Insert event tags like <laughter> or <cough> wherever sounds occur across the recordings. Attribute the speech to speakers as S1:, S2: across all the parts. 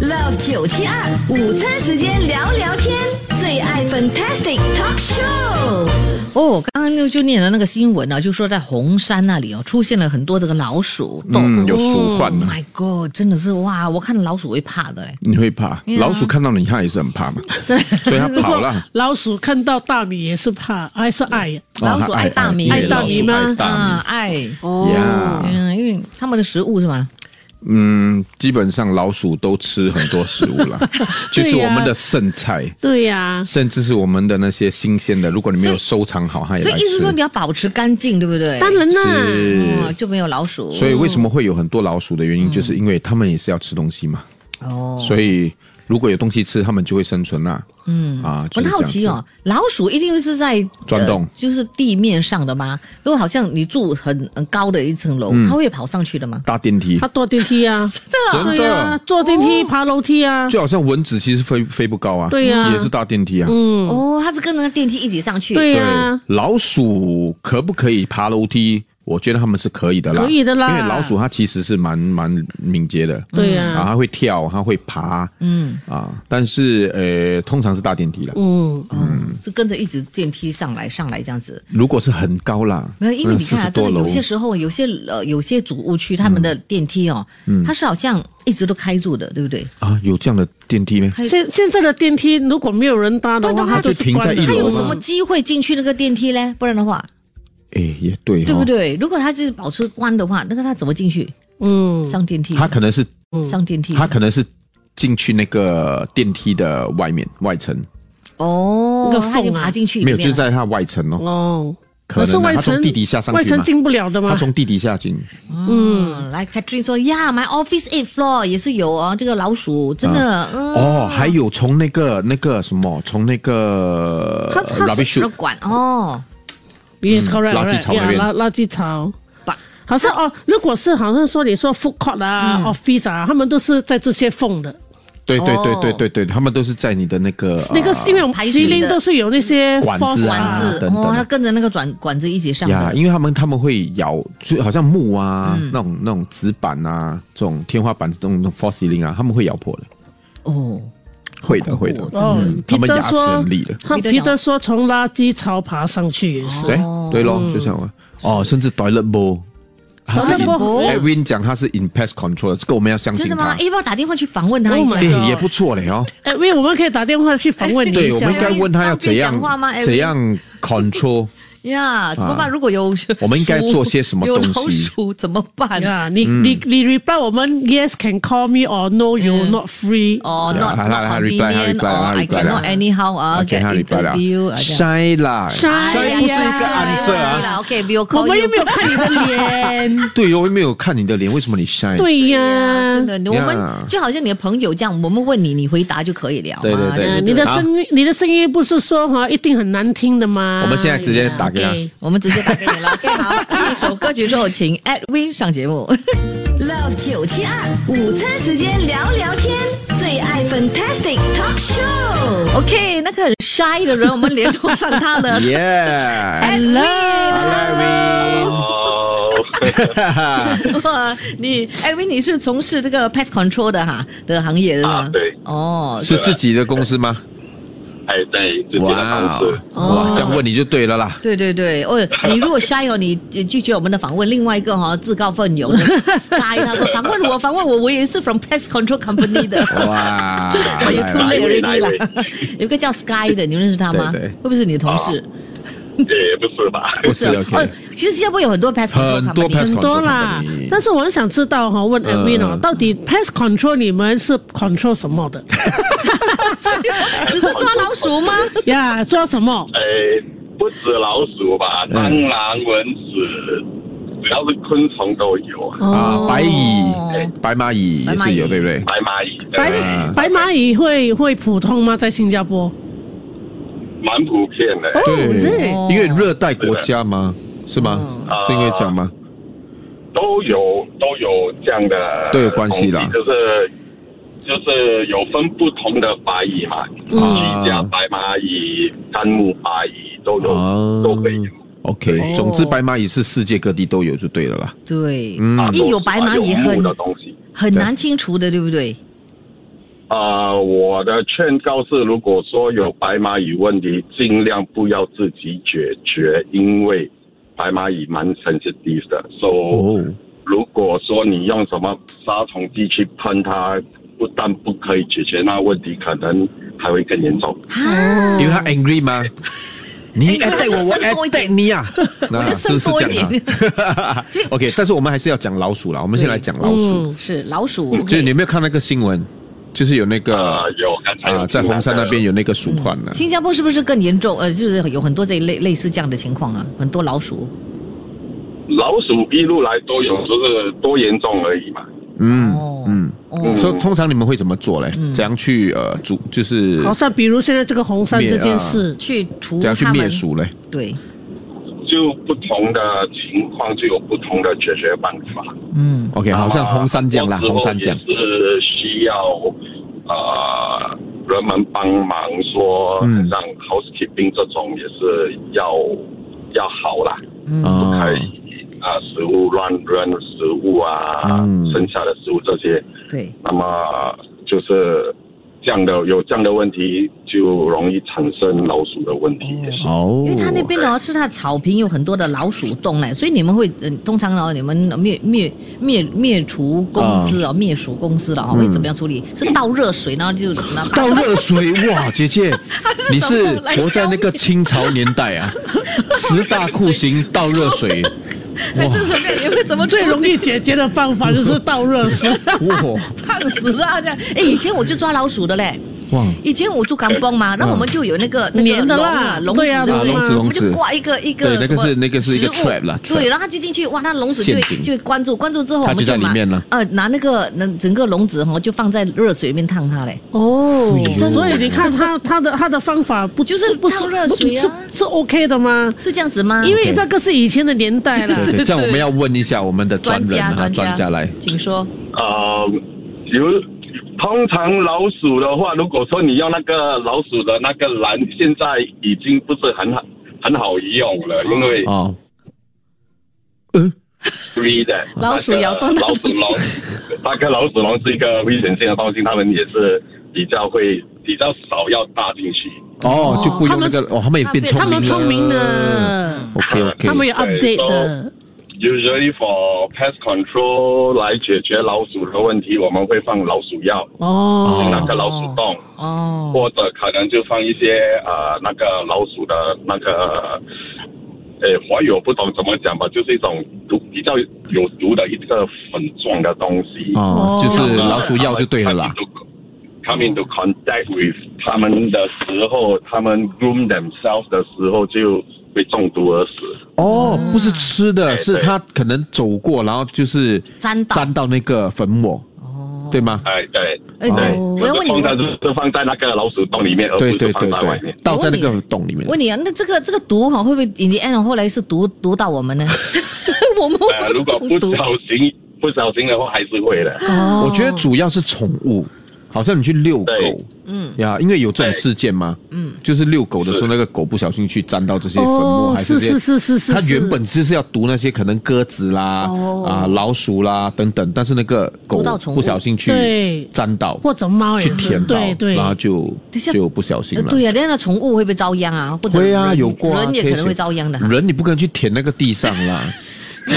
S1: Love 九七二，午餐时间聊聊天，最爱 Fantastic Talk Show。
S2: 哦，刚刚就就念了那个新闻啊，就说在红山那里哦，出现了很多这个老鼠洞。
S3: 嗯，有鼠患
S2: Oh
S3: 呢，
S2: my god！真的是哇，我看老鼠会怕的哎，
S3: 你会怕？老鼠看到你，它也是很怕嘛，
S2: 所以
S3: <laughs> 所以它
S2: <laughs>
S3: 跑了。
S4: 老鼠看到大米也是怕，还是爱
S2: 嗯
S4: 呀？
S3: 哦
S2: 老鼠
S3: 它
S2: 爱大米
S3: 对
S4: 爱大
S3: 老
S4: 米
S3: 鼠
S4: 吗
S3: 爱
S2: 啊
S3: 大
S2: 爱，
S3: 米呀，
S2: 嗯，因为他们的食物是吧？
S3: 嗯，基本上老鼠都吃很多食物
S2: <laughs>
S3: 了，就是我们的剩菜。
S4: 对呀、
S3: 甚至是我们的那些新鲜的，如果你没有收藏好，它也
S2: 所
S3: 来
S2: 以意思说你
S3: 吃。
S2: 要保持干净，对不对？
S4: 当然啦、
S2: 哦，
S3: 是，
S2: 就没有老鼠。
S3: 所以为什么会有很多老鼠的原因，就是因为它们也是要吃东西嘛。
S2: 哦，
S3: 所以如果有东西吃，它们就会生存啦。嗯啊，
S2: 我
S3: 就是
S2: 很好奇
S3: 这样
S2: 哦，老鼠一定是在
S3: 钻洞
S2: 呃就是地面上的吗？如果好像你住很很高的一层楼，
S3: 嗯
S2: 它会跑上去的吗
S3: 子。？搭电梯
S4: 他，坐电
S2: <laughs>
S4: 梯啊，
S3: 真
S4: 对呀、
S3: 的
S4: 坐电梯、爬楼梯啊，
S3: 就好像蚊子其实飞飞不高啊，
S4: 对呀嗯
S3: 也是搭电梯啊。
S2: 哦，它是跟那个电梯一起上去。
S4: 对
S3: 对
S4: 呀、，
S3: 老鼠可不可以爬楼梯？我觉得他们是可以的啦，
S4: 可以的啦
S3: 因为老鼠它其实是蛮蛮敏捷的，
S4: 对呀
S3: 啊，它会跳，它会爬，嗯啊，但是呃，通常是搭电梯了。
S4: 嗯，
S2: 嗯，是跟着一直电梯上来上来这样子。
S3: 如果是很高啦，
S2: 没有，因为你看啊，真
S3: 40多
S2: 的
S3: 楼
S2: 有些时候，有些呃，有些主屋区他们的电梯哦，
S3: 嗯
S2: 它是好像一直都开住的，对不对？
S3: 啊，有这样的电梯吗？
S4: 现现在的电梯如果没有人搭的
S2: 不
S4: 话，
S2: 然的话
S4: 它就是关
S3: 就停在
S4: 的。
S3: 一
S2: 它
S3: 楼啊
S2: 有
S3: 嘛
S2: 什么机会进去那个电梯嘞？不然的话，
S3: 哎，也对、哦，
S2: 对不？对？如果它是保持关的话，那个它怎么进去？
S4: 嗯，
S2: 上电梯？
S3: 它可能是
S2: 上电梯？
S3: 它可能是进去那个电梯的外面外层，
S2: 哦
S4: 那个，缝啊
S2: 它已经爬进去
S3: 没
S2: 里
S3: 有，
S2: 面
S3: 就
S2: 了。
S3: 在它外层哦，
S4: 哦，
S3: 可
S4: 是
S3: 能啊
S4: 外
S3: 它
S4: 层
S3: 从地底下上
S4: 外
S3: 去
S4: 层
S3: 嘛，
S4: 进不了的
S3: 它
S4: 嘛。
S3: 从地底下进。
S2: 嗯，来，Catherine 说呀，My office eight floor 也是有哦，这个老鼠真的，嗯，
S3: 哦，还有从那个那个什么，从那个
S4: 它它是
S3: rubbish chute，
S2: 管哦，
S4: Yes, correct,
S3: 嗯垃圾
S4: correct.
S3: 槽那
S4: Yeah，
S3: 边
S4: 垃垃圾槽。
S2: 把
S4: 好像哦，如果是好像说你说 food court
S2: 嗯
S4: 啊、office 啊，他们都是在这些缝的。
S3: 对对对
S2: 哦
S3: 对对对，他们都是在你的那个
S4: 那个
S3: 呃
S4: 是因为我们
S2: 排水
S4: 西
S2: 的
S4: 林都是有那些
S3: 管子啊
S4: force
S2: 管子
S3: 等等
S2: 哦，它跟着那个管管子一起上
S3: 呀，
S2: 的。
S3: 因为他们他们会咬，就好像木啊，
S4: 嗯
S3: 那种那种纸板啊，这种天花板这种那种 false ceiling 啊，他们会咬破的，
S2: 哦，
S3: 会
S2: 恐
S3: 的
S2: 怖
S3: 会的
S2: 哦，
S4: 哦
S3: 嗯，他
S4: 彼
S3: 们
S4: 得
S3: 牙齿
S4: 说
S3: 很利的，
S4: 他
S2: 彼
S4: 彼
S2: 得讲哦
S4: 得说从垃圾槽爬上去也是。
S3: 对对咯，就像我哦，甚至 toilet bowl，他是
S4: toilet bowl
S3: Edwin 讲他是 in pest control，这个我们要相
S2: 真
S3: 信
S2: 的吗？
S3: 他
S2: 哎，，要不要打电话去访问他一
S4: Oh
S2: 下
S4: my
S3: 哎？也不错嘞哦。
S4: 哎，因为我们可以打电话去访问你
S3: 对，
S4: 一
S3: 我
S4: 下
S3: 们应。该问他要怎
S2: 方便讲话吗
S3: 样
S2: Edwin？
S3: 怎样
S2: <laughs>
S3: control。
S2: 呀，怎么办？如果有
S3: 我们应该做些什么东西
S2: 有老鼠怎么
S4: <laughs>
S2: 办？
S4: 呀，啊你
S3: 嗯
S4: 你你 reply 我们 yes can call me or no you not free。
S2: 哦
S3: 对啊
S2: ，not
S3: 他他
S2: not
S3: 他 reply，他
S2: convenient，
S3: reply，
S2: 哦
S3: 他
S2: ，I
S3: reply 了
S2: cannot anyhow 啊
S3: 给
S2: ，get
S3: 他 reply 了
S2: interview 啊，这样。
S3: ，shy 啦，shy 不是一个暗示啊。
S2: OK，比如
S4: 我们又没有看你的
S2: <laughs>
S4: 脸。
S3: 对，我也没有看你的脸，为什么你 shy？
S4: 对呀，
S2: 真的，我们
S3: Yeah
S2: 就好像你的朋友这样，我们问你，你回答就可以了嘛。
S3: 对对对对
S4: 呃你的声音，你的声音不是说哈一定很难听的
S3: 啊
S4: 吗？
S3: 我们现在直接打给他
S4: OK
S2: 我们直接打给你了。OK，好，一首歌曲之后，请 Edwin 上节目。
S1: Love 九七二，午餐时间聊聊天，最爱 Fantastic Talk Show。
S2: OK，那个很 shy 的人，我们联络上他了。
S5: <laughs>
S3: ，Yeah。Hello，
S5: 哦，
S2: <laughs> 哇， <laughs> 你 Edwin，你是从事这个 pest control 的哈的行业的吗？
S5: 啊对
S2: 哦，
S3: 是自己的公司吗？
S5: 哎，对，自己的方式，
S2: 哦
S3: 哇，哦这样问你就对了啦。
S2: <laughs> 对对对，哦，你如果 shy 哦，你拒绝我们的访问，另外一个哈、自告奋勇的 sky，他说
S5: <laughs>
S2: 访问我，访问我，我也是 from pest control company 的。
S3: 哇，
S2: 我有哦 too
S5: 哪
S2: late
S5: 一位哪
S2: already
S5: 一
S2: 啦
S5: 位。
S2: <laughs> 有个叫 Sky 的，你认识他吗？
S3: 对对啊
S2: 会不会是你的同事？啊哦
S5: 也不是吧？
S3: 不是 OK，
S2: 其实新加坡有很多 pest control
S3: 很多
S2: company，
S3: pest
S4: 很多啦
S3: control company，
S4: 但是我很想知道哈，
S3: 嗯
S4: 问 Edwin 哦，到底 pest control 你们是 control 什
S3: <laughs>
S4: 么的
S2: 只是抓老鼠吗？
S4: 呀？做什么？
S5: 哎，不止老鼠吧，
S3: 嗯
S5: 蟑螂、蚊子，只要是昆虫都有啊，
S3: 啊，白蚁
S2: 哦、
S3: 白蚂蚁也是有，对不对？
S5: 白蚂蚁，哎
S4: 白
S3: 啊
S4: 白蚂蚁会会普通吗？在新加坡？
S5: 蛮普遍的。
S3: 对
S2: 哦
S3: 因为热带国家吗？是吗？
S5: 嗯
S3: 是因为这样吗？
S5: 都有都有这样的
S3: 都有关系啦
S5: 统计就是就是有分不同的白蚁嘛，
S3: 啊
S5: 一家白蚂蚁、丹木白蚁都有、
S3: 啊
S5: 都会有。
S3: OK，
S2: 哦
S3: 总之白蚂蚁是世界各地都有就对了啦。
S2: 对，
S3: 嗯
S5: 啊
S2: 一有白蚂蚁
S5: 有木
S2: 很
S5: 的东西，
S2: 很难清除的，对不对？
S5: 啊、我的劝告是，如果说有白蚂蚁问题，尽量不要自己解决，因为白蚂蚁蛮 sensitive 的。So，、
S3: 哦，
S5: 如果说你用什么杀虫剂去喷它，不但不可以解决那问题，可能还会更严重。
S2: 啊，
S3: 因为他
S2: <laughs>
S3: angry 吗？你
S2: 哎
S3: attack 我，我
S2: 我就生多一
S3: attack
S2: 点 <laughs>
S3: 你啊！那
S2: 就是生
S3: 是
S2: 多
S3: 这
S2: 一
S3: 样
S2: 点 <laughs>
S3: 啊 <laughs>
S2: 所以
S3: ？OK，但是我们还是要讲老鼠啦。我们先来讲老鼠，
S4: 嗯
S2: 是老鼠，
S3: 就是你
S2: OK
S3: 有没有看那个新闻？就是有那
S5: 啊、
S3: 个
S5: 有刚才有
S3: 啊，在
S5: 听
S3: 红山那边
S5: 个
S3: 有那个鼠患啊呢。
S2: 新加坡是不是更严重？呃，就是有很多这一类类似这样的情况啊，很多老鼠。
S5: 老鼠一路来都有，就是多严重而已嘛。
S2: 哦
S3: 嗯嗯。
S2: 哦，
S3: 所以通常你们会怎么做嘞？
S2: 嗯
S3: 怎样去呃主就是
S4: 好像比如现在这个红山这件事，
S2: 去除
S3: 怎样去
S2: 它
S3: 灭
S2: 们，
S3: 鼠嘞？
S2: 对，
S5: 就不同的情况就有不同的解决办法。
S2: 嗯
S3: OK，好像红山酱啦，
S5: 啊
S3: 红山酱
S5: 我之后也是需要呃人们帮忙说，
S3: 嗯
S5: 让 housekeeping 这种也是要要好啦，
S2: 嗯，
S3: 啊
S5: 可以啊、食物乱扔食物啊，
S3: 嗯
S5: 剩下的食物这些，
S2: 对，
S5: 那么就是这样的有这样的问题，就容易产生老鼠的问题也是。
S3: 哦，
S2: 因为它那边呢是它草坪有很多的老鼠洞嘞，所以你们会，嗯，通常呢你们灭灭灭灭除公司
S3: 啊
S2: 哦，灭鼠公司了
S3: 嗯
S2: 哈，会怎么样处理？是倒热水呢，就
S3: <laughs>
S2: 拿
S3: 倒热水哇，姐姐，
S2: 是
S3: 你
S2: 什么
S3: 是活在那个清朝年代啊，十大酷刑倒热水，
S2: 还哎是什么样？你会
S3: 啊
S2: 怎么处
S4: 最
S2: 理
S4: 容易解决的办法就是倒热
S3: <laughs>
S4: 水。
S3: 哇
S2: 烫死啊！这样，哎，以前我就抓老鼠的嘞。
S3: 哇，
S2: 以前我住港工嘛，然后我们就有那个那个
S4: 粘的
S2: 笼
S4: 啦
S2: 啊，笼子
S4: 对啊
S2: 对不对？
S3: 嗯笼子
S2: 我
S3: 笼
S2: 们
S3: 子
S2: 就挂一个一个
S3: 对那个
S2: 什么
S3: 是那个是一个
S2: 食物
S3: trap 啦
S2: 对，
S3: trap
S2: 然后他就进去，哇，那笼子就会
S3: 陷阱
S2: 就会关住，关住之后我
S3: 它
S2: 们
S3: 就在里
S2: 拿
S3: 面了
S2: 呃拿那个那整个笼子哈，哦就放在热水里面烫它嘞。
S4: 哦
S3: 哎呦，
S4: 所以你看他他的他的方法不
S2: 就是
S4: 不是
S2: 倒热水啊
S4: 是是 OK 的吗？
S2: 是这样子吗？
S4: 因为那个是以前的年代了，
S3: 对对，这样我们要问一下我们的专
S2: 专
S3: 人
S2: 家
S3: 啊，专家来，
S2: 请说。
S5: 呃，有通常老鼠的话，如果说你用那个老鼠的那个篮，现在已经不是很好很好用了，因为
S3: 哦，
S5: free 的
S2: 老鼠咬断
S5: 那
S2: 它
S5: 个
S2: 的
S5: 老鼠笼，大概老鼠笼是一个危险性的东西，他们也是比较会比较少要搭进去。
S3: 哦，就不用那个，哦，他们也变聪明
S4: 他
S3: 了，
S4: 们聪明的，
S3: ，OK OK，
S4: 他们有
S5: 对
S4: update 的。
S5: Usually for pest control 来解决老鼠的问题，我们会放老鼠药，
S4: 哦，
S5: 那个老鼠洞。
S2: 哦，
S5: 或者可能就放一些呃那个老鼠的那个，呃，华语我不懂怎么讲吧，就是一种毒比较有毒的一个粉状的东西。啊
S3: 哦，就是老鼠药就对了啦。
S5: 他们 into contact with 他们的时候，他们 groom themselves 的时候就会中毒而死。
S3: 哦，不是吃的，
S5: 对
S3: 是
S5: 对
S3: 他可能走过，然后就是
S2: 沾到
S3: 沾到那个粉末，
S2: 哦，
S3: 对吗？
S5: 哎，对，
S2: 哎，
S5: 对，
S2: 我我要问你
S5: 就是放在就是放在那个老鼠洞里面，而不
S3: 对
S5: 是
S3: 对
S5: 放
S3: 对
S5: 在外面
S3: 对。，倒在那个洞里面。
S2: 问你啊，那这个这个毒哈，会不会 in the end 后来是毒毒到我们呢？ <laughs> 我们
S5: 呃，如果
S2: 会
S5: 不
S2: 中毒。
S5: 小心不小心的话，还是会的。
S4: 哦
S3: 我觉得主要是宠物，好像你去遛狗
S5: 对
S2: 嗯
S3: 呀，因为有这种事件吗？
S2: 嗯，
S3: 就是遛狗的时候，那个狗不小心去沾到这些粉末，
S4: 哦，
S3: 还
S4: 是
S3: 这些
S4: 是是是是，
S3: 它原
S4: 是
S3: 本就是要毒那些可能鸽子啦、
S2: 哦
S3: 啊老鼠啦等等，但是那个狗
S2: 毒到宠物
S3: 不小心去
S4: 对
S3: 沾到
S4: 或者猫也
S3: 去
S4: 是
S3: 舔，到
S4: 对，对
S3: 然，后就
S2: 等一下
S3: 就不小心
S2: 呃
S3: 了。
S2: 对呀、那那宠物会不会遭殃啊？或者
S3: 会啊，
S2: 人
S3: 有过啊
S2: 人也可能会遭殃的哈。
S3: 人你不可能去舔那个地上啦，
S2: <laughs>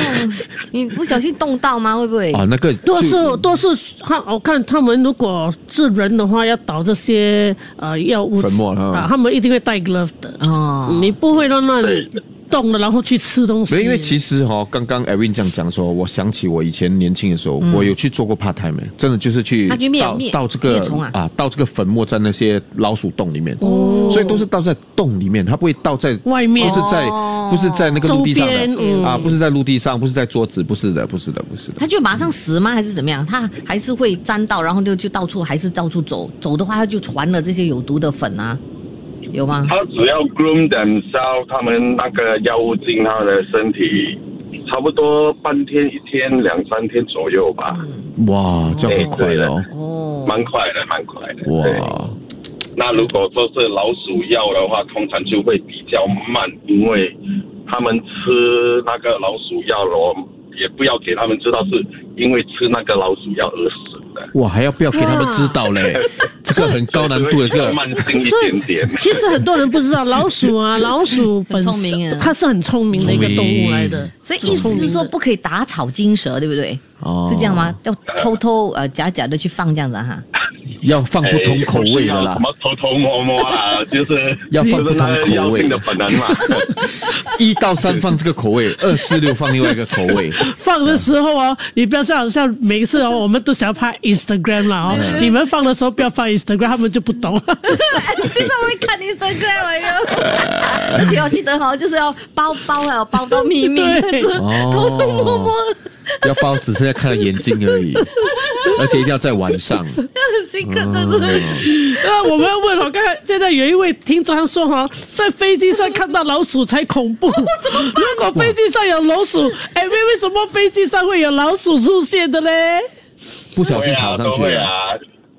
S2: 你不小心动到吗？会不会？
S3: 嗯啊，那个
S4: 多
S3: 就
S4: 数多数他我看他们如果是人的话，要倒这些呃药物
S3: 粉末
S4: 啊
S3: 啊，
S4: 他们一定会带 glove 的，
S2: 哦，
S4: 你不会乱乱
S5: 对
S4: 动的，然后去吃东西。
S3: 没有，因为其实哈、刚刚 Erin 这样讲的时候，我想起我以前年轻的时候，我有去做过 part time，真欸的就是去
S2: 嗯啊去灭
S3: 到
S2: 灭
S3: 到这个
S2: 灭虫啊
S3: 到这个粉末在那些老鼠洞里面，
S4: 哦
S3: 所以都是倒在洞里面，它不会倒在
S4: 外面
S3: 不是在、
S2: 哦
S3: 不是在那个陆地上
S4: 周边
S3: 的、
S4: 嗯
S3: 啊，不是在陆地上，不是在桌子，不是的，不是的，不是的。
S2: 它就马上死吗？还是怎么样？它还是会沾到，然后就就到处还是到处走，走的话它就传了这些有毒的粉啊，有吗？
S5: 他只要 groom themselves，他们那个药物进他的身体，差不多半天、一天、两三天左右吧，
S3: 哇，这样很快了哦，
S2: 哦，
S5: 蛮快的，蛮快的。对
S3: 哇，
S5: 那如果说是老鼠药的话，通常就会比较慢，因为他们吃那个老鼠药了，也不要给他们知道是因为吃那个老鼠药而死。的。
S3: 哇，还要不要给他们知道
S5: <laughs>
S3: 嘞？这个很高难度的这个
S5: 所以就会慢性一
S4: 所
S5: 点
S4: 以
S5: 点。
S4: 其实很多人不知道，老
S3: <laughs>
S4: 鼠啊，老鼠本
S2: 很聪明啊
S4: 身它是很聪明的一个动物来的，
S2: 所以意思就是说不可以打草惊蛇，对不对？
S3: 哦
S2: 是这样吗？要偷偷呃假假的去放这样子啊
S3: <laughs>
S2: 哈。
S3: 要放不同口味的
S5: 哎不需要
S3: 啦
S5: 什，么偷偷摸摸啦，就是
S3: 要放不同口味
S5: 就是那妖精的本能嘛。
S3: 一到三放这个口味，二四六放另外一个口味。
S4: 放的时候哦，你不要像像每一次哦，我们都想要拍 Instagram 啦哦，
S3: 嗯
S4: 你们放的时候不要放 Instagram，他们就不懂。
S2: 现在会看 Instagram 哎呦， <laughs> 而且我记得哈、哦，就是要包包啊，包到秘
S3: <laughs>
S2: 密，
S4: 对
S2: 就是偷偷摸摸，
S3: 哦要包只是要看到眼睛而已，而且一定要在晚上。
S2: secret 的是。
S3: 嗯
S4: 那我们要问哦，刚才现在有一位听众他说哈，在飞机上看到老鼠才
S2: <laughs>
S4: 恐怖。
S2: 哦
S4: 如果飞机上有老鼠，哎，为为什么飞机上会有老鼠出现的嘞？
S3: 不小
S5: 对
S3: 心
S5: 啊，
S3: 跑上
S5: 都
S3: 去嗯
S5: 会
S3: 了。
S5: 啊。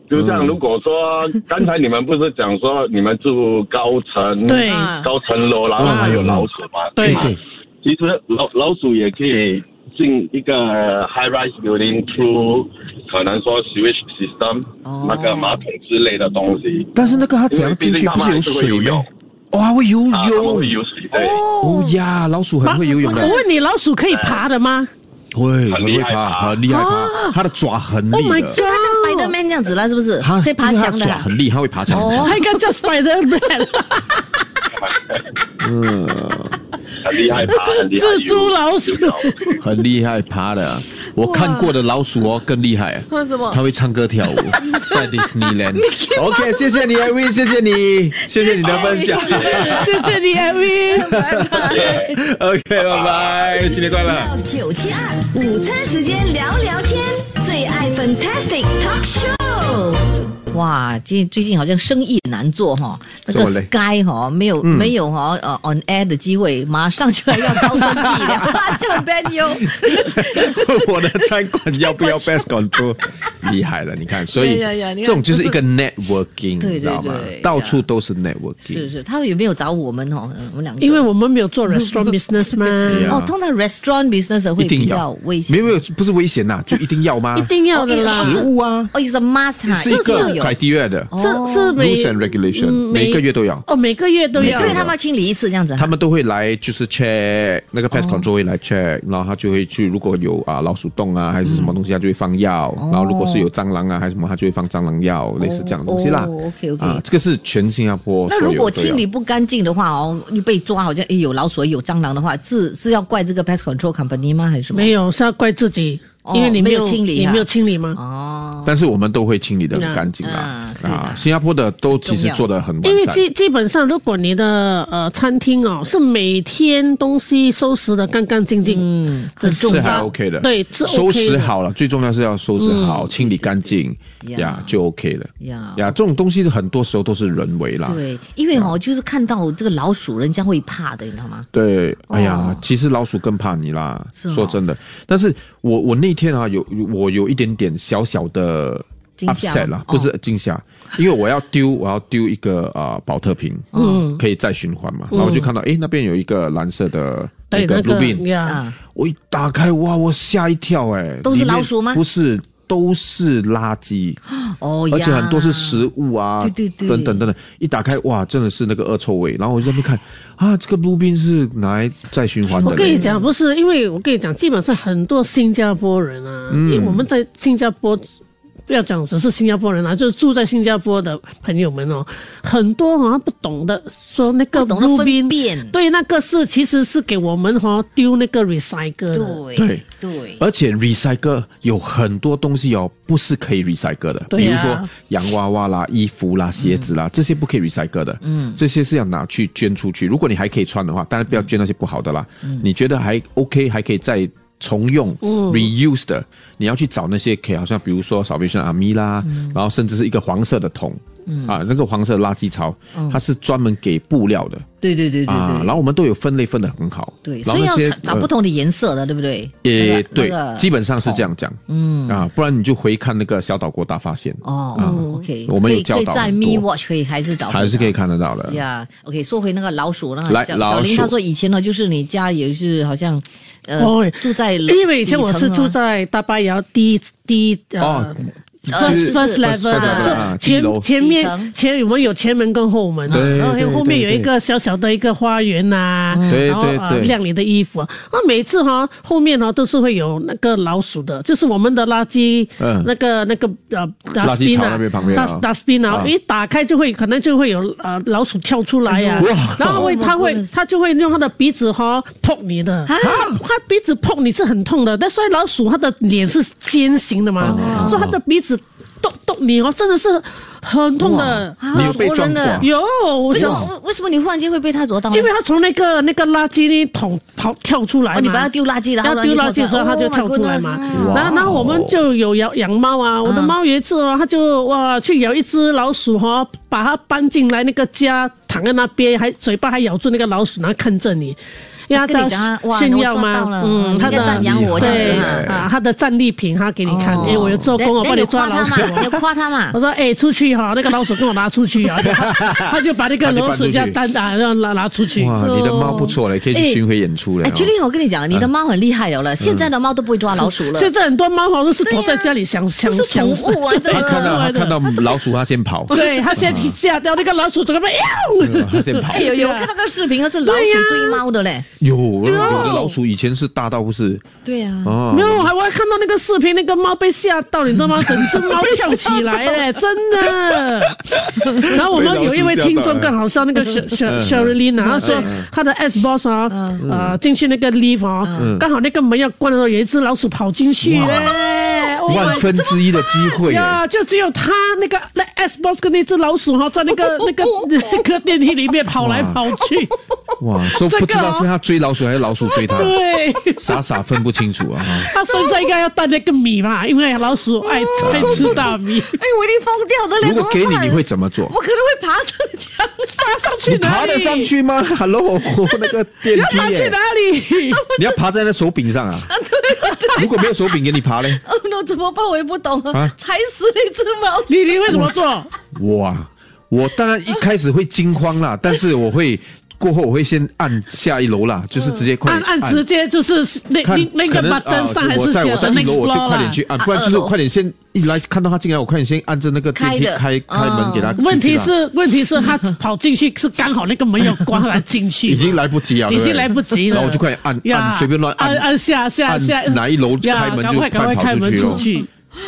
S5: 就像如果说刚才你们不是讲说你们住高层，
S4: 对
S5: 高层楼，然后还有老鼠嘛，
S4: 对
S5: 嘛
S3: 嗯对
S5: 其实老老鼠也可以进一个 high rise building through 可能说 sewage system、
S2: 哦
S5: 那个马桶之类的东西，
S3: 但是那个它怎样进去不是有水吗？哇，会游
S5: 啊，它们会
S3: 泳。
S5: 有水，对，
S3: 哦呀，老鼠很会游泳
S4: 我
S3: 的，
S4: 问你，老鼠可以爬
S2: <laughs>
S4: 的吗？
S3: 会很
S5: 很
S3: 会
S5: 厉
S3: 爬，
S5: 害爬
S3: 很厉害爬，它的爪很利
S4: Oh my
S3: 的，
S4: god！
S2: 就他像 Spider Man 这样子啦，是不是？
S3: 它
S2: 可以爬
S3: 因为它
S2: 墙的
S3: 爪
S2: 啦。
S3: 很厉害，它会爬墙。
S2: 哦
S4: 还敢叫 Spider
S2: <laughs>
S4: Man
S5: 很厉害爬，很
S3: <laughs>
S5: 厉害。
S4: 蜘蛛老鼠
S5: 有有有
S3: 很厉害爬的。啊我看过的老鼠哦更厉害，
S2: 什么
S3: 它会唱歌跳舞，在 Disneyland。OK，谢谢你，Irene，谢谢你，谢谢你的分享。
S4: 谢谢你，Amy。
S3: <laughs> OK，拜拜，新年快乐。
S1: Love 九七二，午餐时间聊聊天，最爱 Fantastic Talk Show。
S2: 哇，最最近好像生意难做哈、那个
S3: 这么累嗯
S2: Sky 哈、没有、没有哈、呃 on air 的机会，马上就要招生意了，
S3: <laughs>
S2: 辣椒 Ben 哟。
S3: 我的餐馆要
S2: <laughs>
S3: 不要 best control？厉害了，你看，所以
S2: 呀呀呀你看
S3: 这种就是一个
S2: 对
S3: networking，
S2: 对
S3: 你知道吗
S2: 对？
S3: 到处都是 networking，
S2: 是是，他有没有找我们哦？我们两个，
S4: 因为我们没有做 restaurant business 嘛，
S2: <laughs>
S3: Yeah
S2: 哦，通常 restaurant business 会
S3: 啊一定
S2: 比
S3: 要
S2: 较危
S3: 没
S2: 险，
S3: 有没有，不是危险呐，啊就一定要吗？
S2: <laughs>
S4: 一定要的啦
S2: 哦。
S3: 食物啊，
S2: 哦，is a must 哈，
S3: 是一
S2: 定要
S3: 个
S2: 有，哦
S3: criteria 的
S4: 哦是是
S3: rules
S4: 每
S3: and regulation，
S4: 嗯
S3: 每个月都要。
S4: 哦，每个月都要
S2: 因。为他们要清理一次这样子哈。
S3: 他们都会来，就是 check 那
S2: 哦
S3: 个 pest control 会来 check，、然后他就会去，如果有啊老鼠洞
S2: 嗯
S3: 啊还是什么东西，他就会放药；然后如果是有蟑螂啊还是什么，他就会放蟑螂药，类似这样的东西啦。
S2: 哦哦，OK，OK
S3: 啊，这个是全新加坡
S2: 那
S3: 所有
S2: 如果
S3: 都要
S2: 清理不干净的话哦，你被抓好像诶有老鼠有蟑螂的话，是是要怪这个 pest control company 吗？还是什么？
S4: 没有是要怪自己
S2: 哦，
S4: 因为你有
S2: 没有清理啊
S4: 你没有清理吗？
S2: 哦，
S3: 但是我们都会清理
S4: 嗯
S3: 的很干净啦
S2: 啊。啊
S3: 啊，新加坡的都其实做的很
S4: 因
S3: 完
S4: 为
S3: 善。
S4: 基基本上，如果你的呃餐厅哦是每天东西收拾的干干净净，嗯，很
S3: 是还 OK 的，
S4: 对，是 OK
S3: 收
S4: 的嗯
S3: 拾。好了，最重要是要收拾好，清理干净
S2: 呀
S3: 呀，就 OK 了
S2: 呀
S3: 呀。这种东西很多时候都是人为啦，
S2: 对，因为哦，就是看到这个老鼠，人家会怕的，你知道吗？
S3: 对，哎呀
S2: 哦，
S3: 其实老鼠更怕你啦。
S2: 是哦
S3: 说真的，但是我我那天啊，有我有一点点小小的
S2: 惊吓
S3: upset 啦，
S2: 哦
S3: 不是惊吓，因为我要丢我要丢一个啊保特瓶，嗯，可以再循环嘛，然后我就看到诶那边有一个蓝色的那
S4: 对，
S3: 个
S4: 那
S3: blue
S4: 个
S3: bin，
S4: 呀，
S2: 啊，
S3: 我一打开哇，我吓一跳哎，
S2: 都是
S3: 里面
S2: 老鼠吗
S3: 不是，都是垃圾。
S2: 哦呀，
S3: 而且很多是食物啊，
S2: 对对对
S3: 等等等等，一打开哇，真的是那个恶臭味。然后我就在那边看啊，这个路边是拿来再循环的。
S4: 我跟你讲，不是，因为我跟你讲，基本上很多新加坡人啊，
S2: 嗯
S4: 因为我们在新加坡。不要讲只是新加坡人啊，就是住在新加坡的朋友们哦，很多好像不懂的说那个
S2: 不懂得
S4: blue
S2: 分
S4: bin
S2: 辨
S4: 对，那个是其实是给我们哈丢那个 recycle 的
S2: 对
S3: 对
S2: 对，
S3: 而且 recycle 有很多东西哦，不是可以 recycle 的，比
S4: 对啊
S3: 如说洋娃娃啦、衣服啦、鞋子
S2: 嗯
S3: 啦，这些不可以 recycle 的，嗯，这些是要拿去捐出去。如果你还可以穿的话，
S2: 嗯
S3: 当然不要捐那些不好的啦。你觉得还 OK，还可以再。重用、reuse
S2: 嗯
S3: 的，你要去找那些可以，好像比如说 Salvation Army 啦，
S2: 嗯
S3: 然后甚至是一个黄色的桶，啊，那个黄色的垃圾槽，它是专门给布料的
S2: 对嗯对对对
S3: 啊，
S2: 对
S3: 然后我们都有分类分的很好，
S2: 对，
S3: 然
S2: 所
S3: 后
S2: 以
S3: 那
S2: 要
S3: 些
S2: 找找不
S3: 呃
S2: 同的颜色的，对不对？
S3: 也
S2: 那个
S3: 呃对
S2: 那，个
S3: 基本上是这样讲，嗯啊，不然你就回看那个小岛国大发现，
S2: 哦，OK，
S3: 嗯我们有
S2: 可以
S3: 教
S2: 可以
S3: 导
S2: 在
S3: 很
S2: Me
S3: 多
S2: Watch 可以还是找
S3: 还是可以
S2: 看。
S3: 看得到的。
S2: 呀、o k 说回那个老鼠，那
S3: 嗯来
S2: 个小
S3: 老
S2: 小林
S3: 鼠
S2: 他说以前呢，就是你家也是好像，呃，
S4: 哦
S2: 住在
S4: 因为以前我
S2: 底
S4: 是
S2: 层啊
S4: 住在大巴窑第一第一呃
S3: 哦，
S4: first first level
S3: 啊地
S4: 的，前
S3: 楼
S4: 前
S2: 底
S4: 面
S2: 层
S4: 前我们有前门跟后门嘛，啊
S3: 对
S4: 然后还有
S3: 对
S4: 后面有
S3: 对嗯
S4: 一个小小的一个花园呐，
S3: 对
S4: 然后
S3: 对
S4: 呃
S3: 对
S4: 晾你的衣服啊，啊每次哈后面呢都是会有那个老鼠的，就是我们的垃圾
S3: 嗯
S4: 那个那个呃
S3: 垃圾
S4: dustbin
S3: 槽
S4: 啊
S3: 那边旁边啊
S4: dust- dustbin 啊
S3: 啊，
S4: 一打开就会可能就会有呃老鼠跳出来呀
S3: 哎呦哇，
S4: 然后会
S2: 哦
S4: 它会
S2: goodness
S4: 它就会用它的鼻子哈碰你的，
S2: 啊
S4: 它鼻子碰你是很痛的，但所以老鼠它的脸是尖形的
S2: 哦
S4: 嘛，所以它的鼻子动动你哦，真的是很痛的。
S2: 啊，
S3: 你
S2: 好
S3: 有被
S2: 多
S3: 撞
S2: 人的
S3: 过。
S4: 有，我
S2: 为什
S4: 想
S2: 么为什么你忽然间会被他啄到呢？
S4: 因为它从那个那个垃圾桶跑跳出来嘛，
S2: 哦，你把它丢垃圾，然后
S4: 要丢垃圾的时候，它
S2: 它
S4: 就跳出来
S2: Oh
S4: 嘛。
S3: 哇
S4: 然后，然后我们就有养养猫啊，我的
S2: 嗯
S4: 猫有一次哦，它就哇去咬一只老鼠哈、哦，把它搬进来那个家，躺在那边，还嘴巴还咬住那个老鼠，然后看着你。因为
S2: 跟
S4: 它
S2: 你讲啊，哇，
S4: 炫
S2: 我
S4: 耀
S2: 抓到
S4: 嘛
S2: 了，，
S4: 嗯，
S2: 你
S4: 它
S2: 要赞
S4: 的
S2: 扬我这样
S4: 对
S2: 子哈。
S3: 哎
S2: 哦
S4: 啊，它的战利品哈，给你看，哎，我有做工，
S2: 那
S4: 我帮
S2: 那
S4: 你
S2: 你
S4: 抓
S2: 夸
S4: 老
S2: 他
S4: 鼠啊
S2: 嘛，。你要夸他嘛
S4: <laughs> 我。说哎，出去哈，那个老鼠给我拿出
S3: <laughs>
S4: 去啊，他就把那个老鼠这样单啊，让拿拿出去。
S3: 哇，你的猫不错嘞，可以去巡回演出嘞。
S2: 哎，
S3: 哦
S2: 菊丽，我跟你讲，你的猫很厉害了
S3: 嗯
S2: 了，现在的猫都不会抓老鼠了。
S4: 现在很多猫好像是躲在家里想想
S2: 都是
S4: 想
S2: 宠
S4: 死。 <laughs>
S2: 物啊，对
S3: 他看到他看到老鼠，他先跑，
S4: 对他先吓掉那个哎老鼠，怎么办？
S3: 对吧 <laughs> 他先跑
S2: 哎。有有看到个视频，是老鼠追猫的嘞。
S3: 有有的老鼠以前是大到不是
S2: 对呀，
S3: 哦
S4: 没，有，还会看到那个视频，那个猫被吓到，你知道吗？整只猫跳
S3: <laughs>
S4: 起来嘞，真的。然后我们有一位听众更好笑，那个小
S3: 嗯
S4: 小小 l i n 啊，他说他的 S boss 啊，呃，进去那个 lift
S3: 嗯
S4: 啊，刚好那个门要关的时候，有一只老鼠跑进去嘞。Oh my
S3: 万分之一的机会耶。
S4: 呀，就只有他那个那 Xbox 跟那只老鼠哈，在那
S3: <laughs>
S4: 个那个 <laughs> 那个电梯里面跑来跑去，
S3: 哇，说
S4: 这个哦
S3: 不知道是他追老鼠还是老鼠追他，
S4: 对，
S3: 傻傻分不清楚啊。
S4: <laughs>
S3: 哈
S4: 他身上应该要带那个米嘛，因为老鼠爱爱吃大米，
S2: 哎，我一定疯掉的嘞。
S3: 如果给你，你会怎
S2: 么
S3: 么做
S2: 办？？我可能会爬上墙，
S4: 爬上去
S3: 你 <laughs>
S4: 哪
S3: 爬
S4: 里？
S3: 得上？去吗？Hello，那个电
S4: <laughs>
S3: 梯
S4: 爬去
S3: 耶
S4: 哪，里？
S3: <laughs> 你要爬在那手柄上
S4: <laughs>
S3: 啊。如果没有手柄给你爬嘞，
S2: 哦 no，怎么办？我也不懂啊
S3: 啊，
S2: 踩死那只猫。
S4: 你你会怎么做？
S3: 哇，我当然一开始会惊慌
S4: <laughs>
S3: 啦，但是我会过后我会先按下一楼啦，就是直接快
S4: 嗯按按直接就是那
S3: 哎看
S4: 那那
S3: 可
S4: 个
S3: 能啊
S4: button 上还
S3: 我
S4: 是写
S3: 在我在一
S4: next
S3: 楼我就
S4: floor
S3: 快点
S4: 啦啊
S3: 去。按，不然就是我快点先一来看到他进来，我快点先按着那个电梯
S2: 开的
S3: 开开门给他进去啦。
S4: 啊问题是问题是他跑进去是刚好那个门要关，他进去
S3: 已经来不及啊，
S4: 已
S3: 对
S4: 经
S3: 不对
S4: 来不及了，
S3: 然后我就快点按
S4: 呀
S3: 按随便乱按
S4: 按按下下
S3: 按
S4: 下，
S3: 哪一楼
S4: 呀
S3: 开门就
S4: 赶快赶
S3: 快
S4: 快
S3: 跑
S4: 开门
S3: 出去
S4: 出
S3: 咯
S4: 去。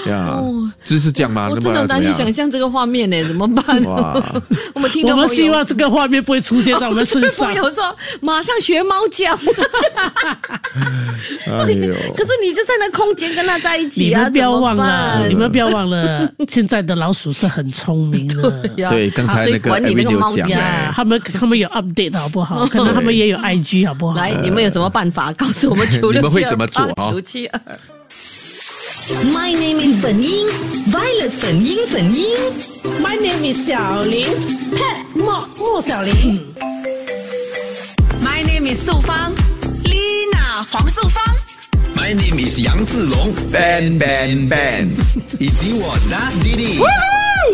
S3: 呀，
S4: 哦
S3: 就是这样嘛，
S2: 我
S3: 那
S2: 真
S3: 不
S2: 的
S3: 然
S2: 难
S3: 怎么
S2: 以
S3: 样？
S2: 想象这个画面呢，怎么办？
S3: 哇，
S2: <laughs> 我们听
S4: 我
S2: 众
S4: 们
S2: 朋友
S4: 希望这个画面不会出现在我们身
S2: <laughs> 朋。
S4: 上
S2: 友说马上学猫叫， <laughs>
S3: 哎
S4: <laughs>
S3: 呦，
S2: 可是你就在那空间跟它在一
S4: 你
S2: 起啊，
S4: 们不要忘
S2: 怎么
S4: 了，
S2: 办
S4: 你们不要忘了， <laughs> 现在的老鼠是很聪明
S2: <laughs>
S4: 的。
S2: 呀
S3: 对刚才那
S2: 谁
S3: 个
S2: 啊管你那
S3: Evan
S2: 个
S3: 有
S2: 猫
S3: 讲
S2: 叫
S4: 呀，他们他们有 update 好不
S2: <laughs>
S4: 好？可能他们也有 IG 好不好？
S2: 来，你们有什么办法？告诉我们九六
S3: 呃 <laughs> 你们会怎么做啊
S2: 九七二。
S1: My name is 粉英，Violet 粉英粉英。
S6: My name is 小林，莫莫小林。My name is 素芳，Lina 黄素芳。
S7: My name is 杨志龙，Ban Ban <laughs> Ban，以及我 Das Didi。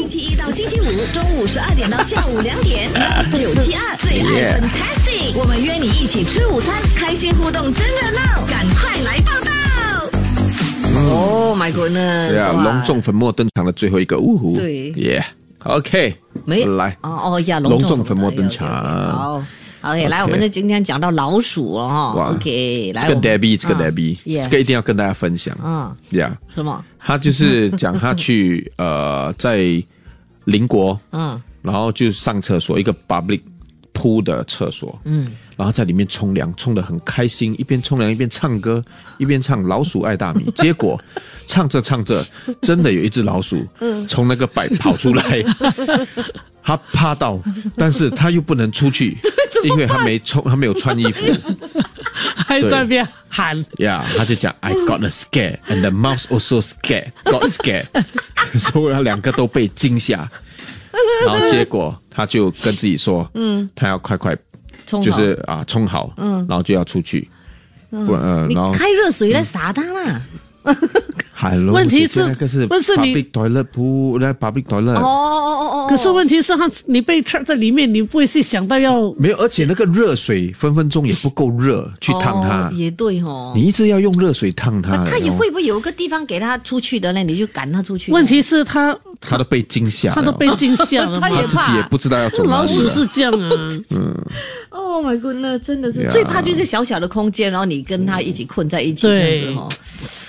S1: 星期一到星期五中午十二点到下午两
S3: <laughs>
S1: 点，九七二最爱
S7: Yeah
S1: Fantastic，我们约你一起吃午餐，开心互动真热闹，赶快来报道！
S2: Oh my goodness！
S3: 对啊，
S2: 哇
S3: 隆重粉末登场的最后一个，呜呼，
S2: 对
S3: 耶，OK，
S2: 没
S3: 来，
S2: 哦哦呀，
S3: 隆
S2: 重
S3: 重粉末登场
S2: 好，OK，来，
S3: OK
S2: 我们的今天讲到老鼠了哈
S3: 哇
S2: ，OK，来，
S3: 这个 Debbie，这个
S2: 耶
S3: Debbie，这个一定要跟大家分享，
S2: 嗯，
S3: 呀，
S2: 什么？
S3: 他就是讲他去呃在邻国，
S2: 嗯，
S3: 然后就上厕所，一个 public pool 的厕所，嗯，然后在里面冲凉，冲得很开心，一边冲凉一边唱歌，一边唱《老鼠爱大米》，结果唱着唱着，真的有一只老鼠从那个摆跑出来，他怕到，但是他又不能出去，因为他没冲，他没有穿衣服。
S4: 还在那边喊
S3: Yeah，他就讲 I got a scare and the mouse also scared, got scared，所以他两个都被惊吓，然后结果他就跟自己说，嗯，他要快快，
S2: 冲好
S3: 就是啊冲好，嗯，然后就要出去，不然呃，
S2: 你
S3: 然后
S2: 开热水来洒它啦，
S3: Hello，
S4: 问
S3: 姐
S4: 题
S3: 姐
S4: 是
S3: 那个是
S4: 问题是你
S3: public toilet 铺，那 public
S2: 哦
S3: toilet
S2: 哦哦哦，
S4: 可是问题是，它你被 trap 在里面，你不会是想到
S2: 哦
S4: 要
S3: 没有，而且那个热水分分钟也不够热去烫它
S2: 哦，也对哦。
S3: 你一直要用热水烫它，
S2: 他也
S3: 然后
S2: 会不会有一个地方给他出去的呢？你就赶他出去。
S4: 问题是它
S3: 它都被惊吓了，
S4: 它都被惊吓了
S2: <laughs>
S4: 嘛
S2: 它。也
S3: 自己也不知道要走哪
S4: 老
S3: 里
S4: 鼠是
S3: 了。<laughs>
S4: 这样啊，
S2: ，Oh my goodness，真的是
S3: Yeah
S2: 最怕就一个小小的空间，然后你跟他一起困在一起这
S4: 对
S2: 样子哦。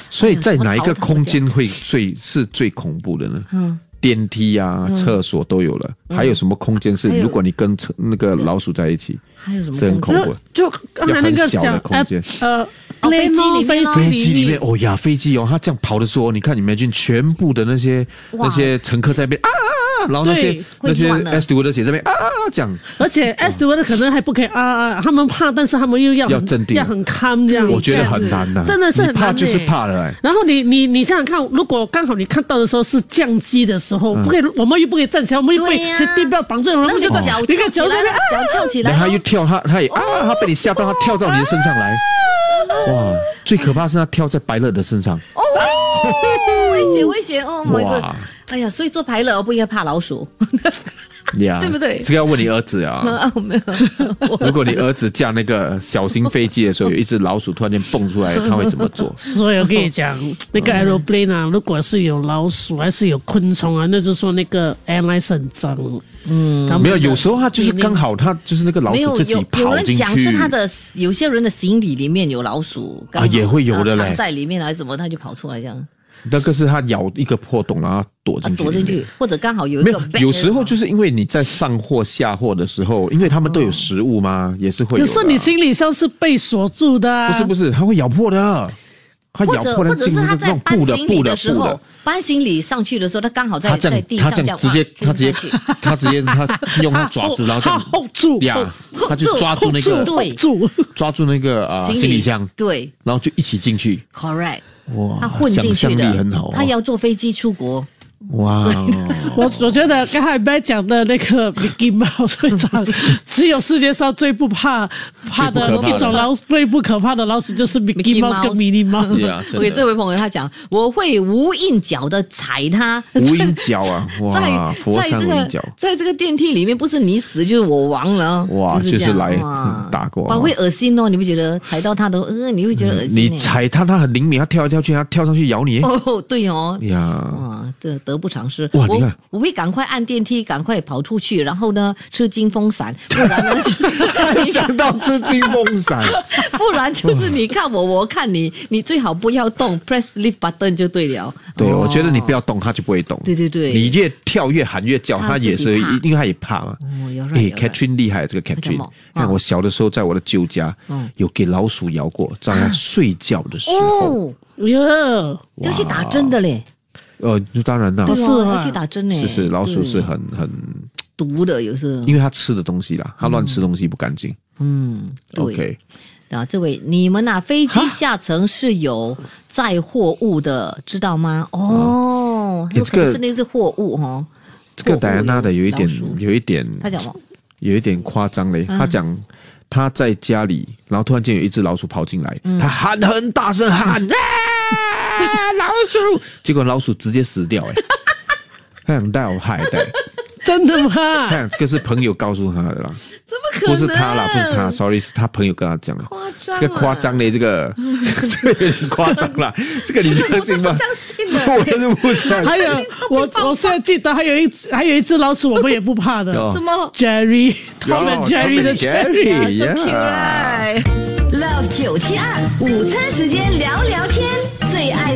S3: 所以在哪一个空间会最是最恐怖的呢？
S2: 嗯，
S3: 电梯啊、厕所都有了，还有什么空间是
S2: 还有
S3: 如果你跟厕那个老鼠在一起
S2: 还有什么
S3: 是很
S2: 空
S3: 恐
S2: 间？
S3: 怖的？
S4: 就刚才那个
S3: 要很小的
S4: 讲
S3: 空间
S4: app- 呃，
S2: 哦飞机里面哦
S4: 飞
S3: 飞
S4: 机
S3: 机
S4: 里
S3: 里
S4: 面
S3: 面，哦呀，飞机哦，它这样跑的时候，你看你们进全部的那些
S2: 哇
S3: 那些乘客在那边啊啊啊，然后那些
S4: 对
S3: 那些
S2: 会乱的
S3: S 读的写这边啊啊啊，这样
S4: 而且 S 的可能还不可以啊啊，啊他们怕，但是他们又要很
S3: 要镇定
S4: 要很 calm 这样。
S3: 我觉得很难呐，
S4: 真的是很
S3: 你怕
S4: 难
S3: 就是
S4: 欸
S3: 怕了，哎
S4: 然后你你你想想看，如果刚好你看到的时候是降机的时候，不可以，我们又不可以站起来，我们又不可以
S2: 对呀
S4: 去地标绑住，我
S2: 那
S4: 们
S2: 个
S4: 就
S2: 脚
S4: 你看
S2: 翘
S4: 脚
S2: 起来
S4: 在那
S2: 了
S4: 边，，哎
S2: 脚翘
S1: 哦
S2: 起来
S3: 然后他又
S2: 了。
S3: 跳，他他也啊，他被你吓到，他跳到你的身上来，哇！最可怕是他跳在白乐的身上，
S2: 哦，危险危险！Oh my
S3: 哇
S2: god！哎呀，所以做牌了不应该怕老鼠。 <laughs>
S3: 呀，
S2: 对不对
S3: 这个要问你儿
S2: <laughs>
S3: 子啊。
S2: 啊，我没有。
S3: 如果你儿子驾那个小型飞机的时候，有一只老鼠突然间蹦出来，他会怎么
S2: <laughs>
S3: 做？
S4: 所以我跟你讲，那个
S2: 嗯
S4: aeroplane 啊，如果是有老鼠还是有昆虫啊，那就说那个 airline 是很脏。嗯，
S3: 没有，有时候他就是刚好，他就是那个老
S2: 没有
S3: 鼠自己
S2: 有有
S3: 跑
S2: 人
S3: 进
S2: 讲是
S3: 去。
S2: 他的有些人的行李里面有老鼠刚好
S3: 啊也会有的嘞
S2: 藏在里面还是怎么，他就跑出来这样，
S3: 那个是他咬一个破洞，然后躲
S2: 啊
S3: 进去，
S2: 躲进去。，或者刚好有一
S3: 没
S2: 个
S3: 有
S2: bag，
S3: 有时候就是因为你在上货下货的时候，因为他们都有食物嘛，也是会
S4: 有
S3: 有。
S4: 时候你行李箱是被锁住的啊。
S3: 不是不是，它会咬破的，它
S2: 或
S3: 咬
S2: 者
S3: 破
S2: 或
S3: 它
S2: 者
S3: 进
S2: 是
S3: 入
S2: 他
S3: 那
S2: 在
S3: 种
S2: 搬
S3: 布的
S2: 行李
S3: 布
S2: 的
S3: 的
S2: 时
S3: 布
S2: 候
S3: 的，，
S2: 搬行李上去的时候，他刚好
S3: 它
S2: 在
S3: 这
S2: 在
S3: 样
S2: 地
S3: 它
S2: 上
S3: 这样直接它直接它直接它用
S4: 啊
S3: 它爪
S2: <laughs>
S3: 子，然后这
S4: 它 hold
S3: 样
S4: 住，
S3: 呀，它就
S2: 住
S3: 抓住
S4: hold
S3: 那
S4: 住
S3: 个
S2: 对
S4: hold 住。
S3: 抓住那个啊
S2: 行
S3: 行李箱，哦
S2: 对
S3: 然后就一起进去，
S2: ，correct，
S3: 哇，
S2: 他混进去
S3: 想
S2: 的
S3: 象力很好，，哦啊
S2: 他要坐飞机出国，
S3: 哇，
S4: 我我觉得刚才 Ben 讲的那个 Mickey Mouse 会
S2: <laughs>
S4: 长，只有世界上最不怕怕的
S3: 最不可怕的
S4: 一种老鼠，最不可怕的老鼠就是
S2: Mickey
S4: Mickey Mouse 跟
S2: Mouse
S4: Minnie Mouse。
S2: <laughs>
S3: 呀，
S2: 我给这位朋友他讲，我会无印脚的踩他，
S3: 无影脚啊，哇，
S2: 在
S3: 佛
S2: 在
S3: 山
S2: 这
S3: 无
S2: 个
S3: 影脚。
S2: 在这个电梯里面，不是你死就是我亡了，
S3: 哇
S2: 是这样
S3: 就是来
S2: 哇
S3: 嗯打过
S2: 哇，会恶心哦，你不觉得踩到他的，呃，你会觉得恶心、欸
S3: 你踩它，它很灵敏，它跳来跳去，它跳上去咬你。哎
S2: 哦，对哦，
S3: 呀，
S2: 哇，这得不偿失。
S3: 嗯哇
S2: 我
S3: 你看
S2: 我会赶快按电梯，赶快跑出去，然后呢吃金风散， <laughs> 不然呢就是
S3: 想到吃金风伞，
S2: 不然就是你看我，我看你，你最好不要动，press leave button 就对了。
S3: 对，
S2: 哦
S3: 我觉得你不要动，它就不会动。
S2: 对对对
S3: 你越跳越喊越叫，
S2: 它
S3: 它也
S2: 自
S3: 是
S2: 己怕，
S3: 因为它也怕嘛。
S2: 哦有 right，
S3: 哎
S2: 有
S3: Catherine 厉害，这个
S2: 什
S3: Catherine
S2: 么。
S3: 看
S2: 嗯
S3: 我小的时候，在我的旧家
S2: 嗯，
S3: 有给老鼠咬过，在它睡觉的时候，
S2: 哦，
S4: 哟，
S2: 要去打针的嘞，
S3: 呃，就当然啦
S2: 对，
S4: 是
S2: 哦，
S4: 啊
S2: 要去打针嘞。
S3: 是是，老鼠
S2: 对
S3: 是很很，
S2: 毒的，有时候
S3: 因。为它吃的东西啦，它乱吃东西不干净。
S2: 嗯，对。
S3: OK，
S2: 啊，这位，你们呐、飞机下层是有载货物的，知道吗？哦，
S3: 哎
S2: 有可能
S3: 这个
S2: 是那是货物哦。
S3: 这个
S2: 货物
S3: 戴安娜的有一点
S2: 老鼠，
S3: 有一点，
S2: 他讲什啊么？
S3: 有一点夸张嘞。他讲他在家里，然后突然间有一只老鼠跑进来，
S2: 嗯
S3: 他喊很大
S2: <laughs>
S3: 声喊啊，老鼠！结果老鼠直接死
S2: <laughs>
S3: 掉哎。他想带我害哎带，
S4: 真的
S2: <laughs>
S3: 他
S4: 吗？
S3: 想这个是朋友告诉他的啦，
S2: 怎么可
S3: 不
S2: 能？
S3: 是他啦，不是他，sorry，是他朋友跟他讲的。
S2: 夸张啊
S3: 这个夸张嘞，这个 <laughs> 这个有点夸张
S2: <laughs>
S3: 啦，这个你
S2: 我
S3: 相
S2: 都
S3: 信
S2: 不
S3: 吗
S2: 相？信的。
S3: 我是不相
S4: 还
S3: 信。
S4: 有，我我现在记得还有一只还有一只老鼠，我们也不怕的。
S3: <laughs> 哦
S2: 什么
S4: Jerry，他们
S3: Tom
S4: Jerry
S3: and
S2: <laughs>
S4: 的 Jerry，
S3: Jerry，yeah
S2: 啊
S1: Love 九七二午餐时间聊聊天，最爱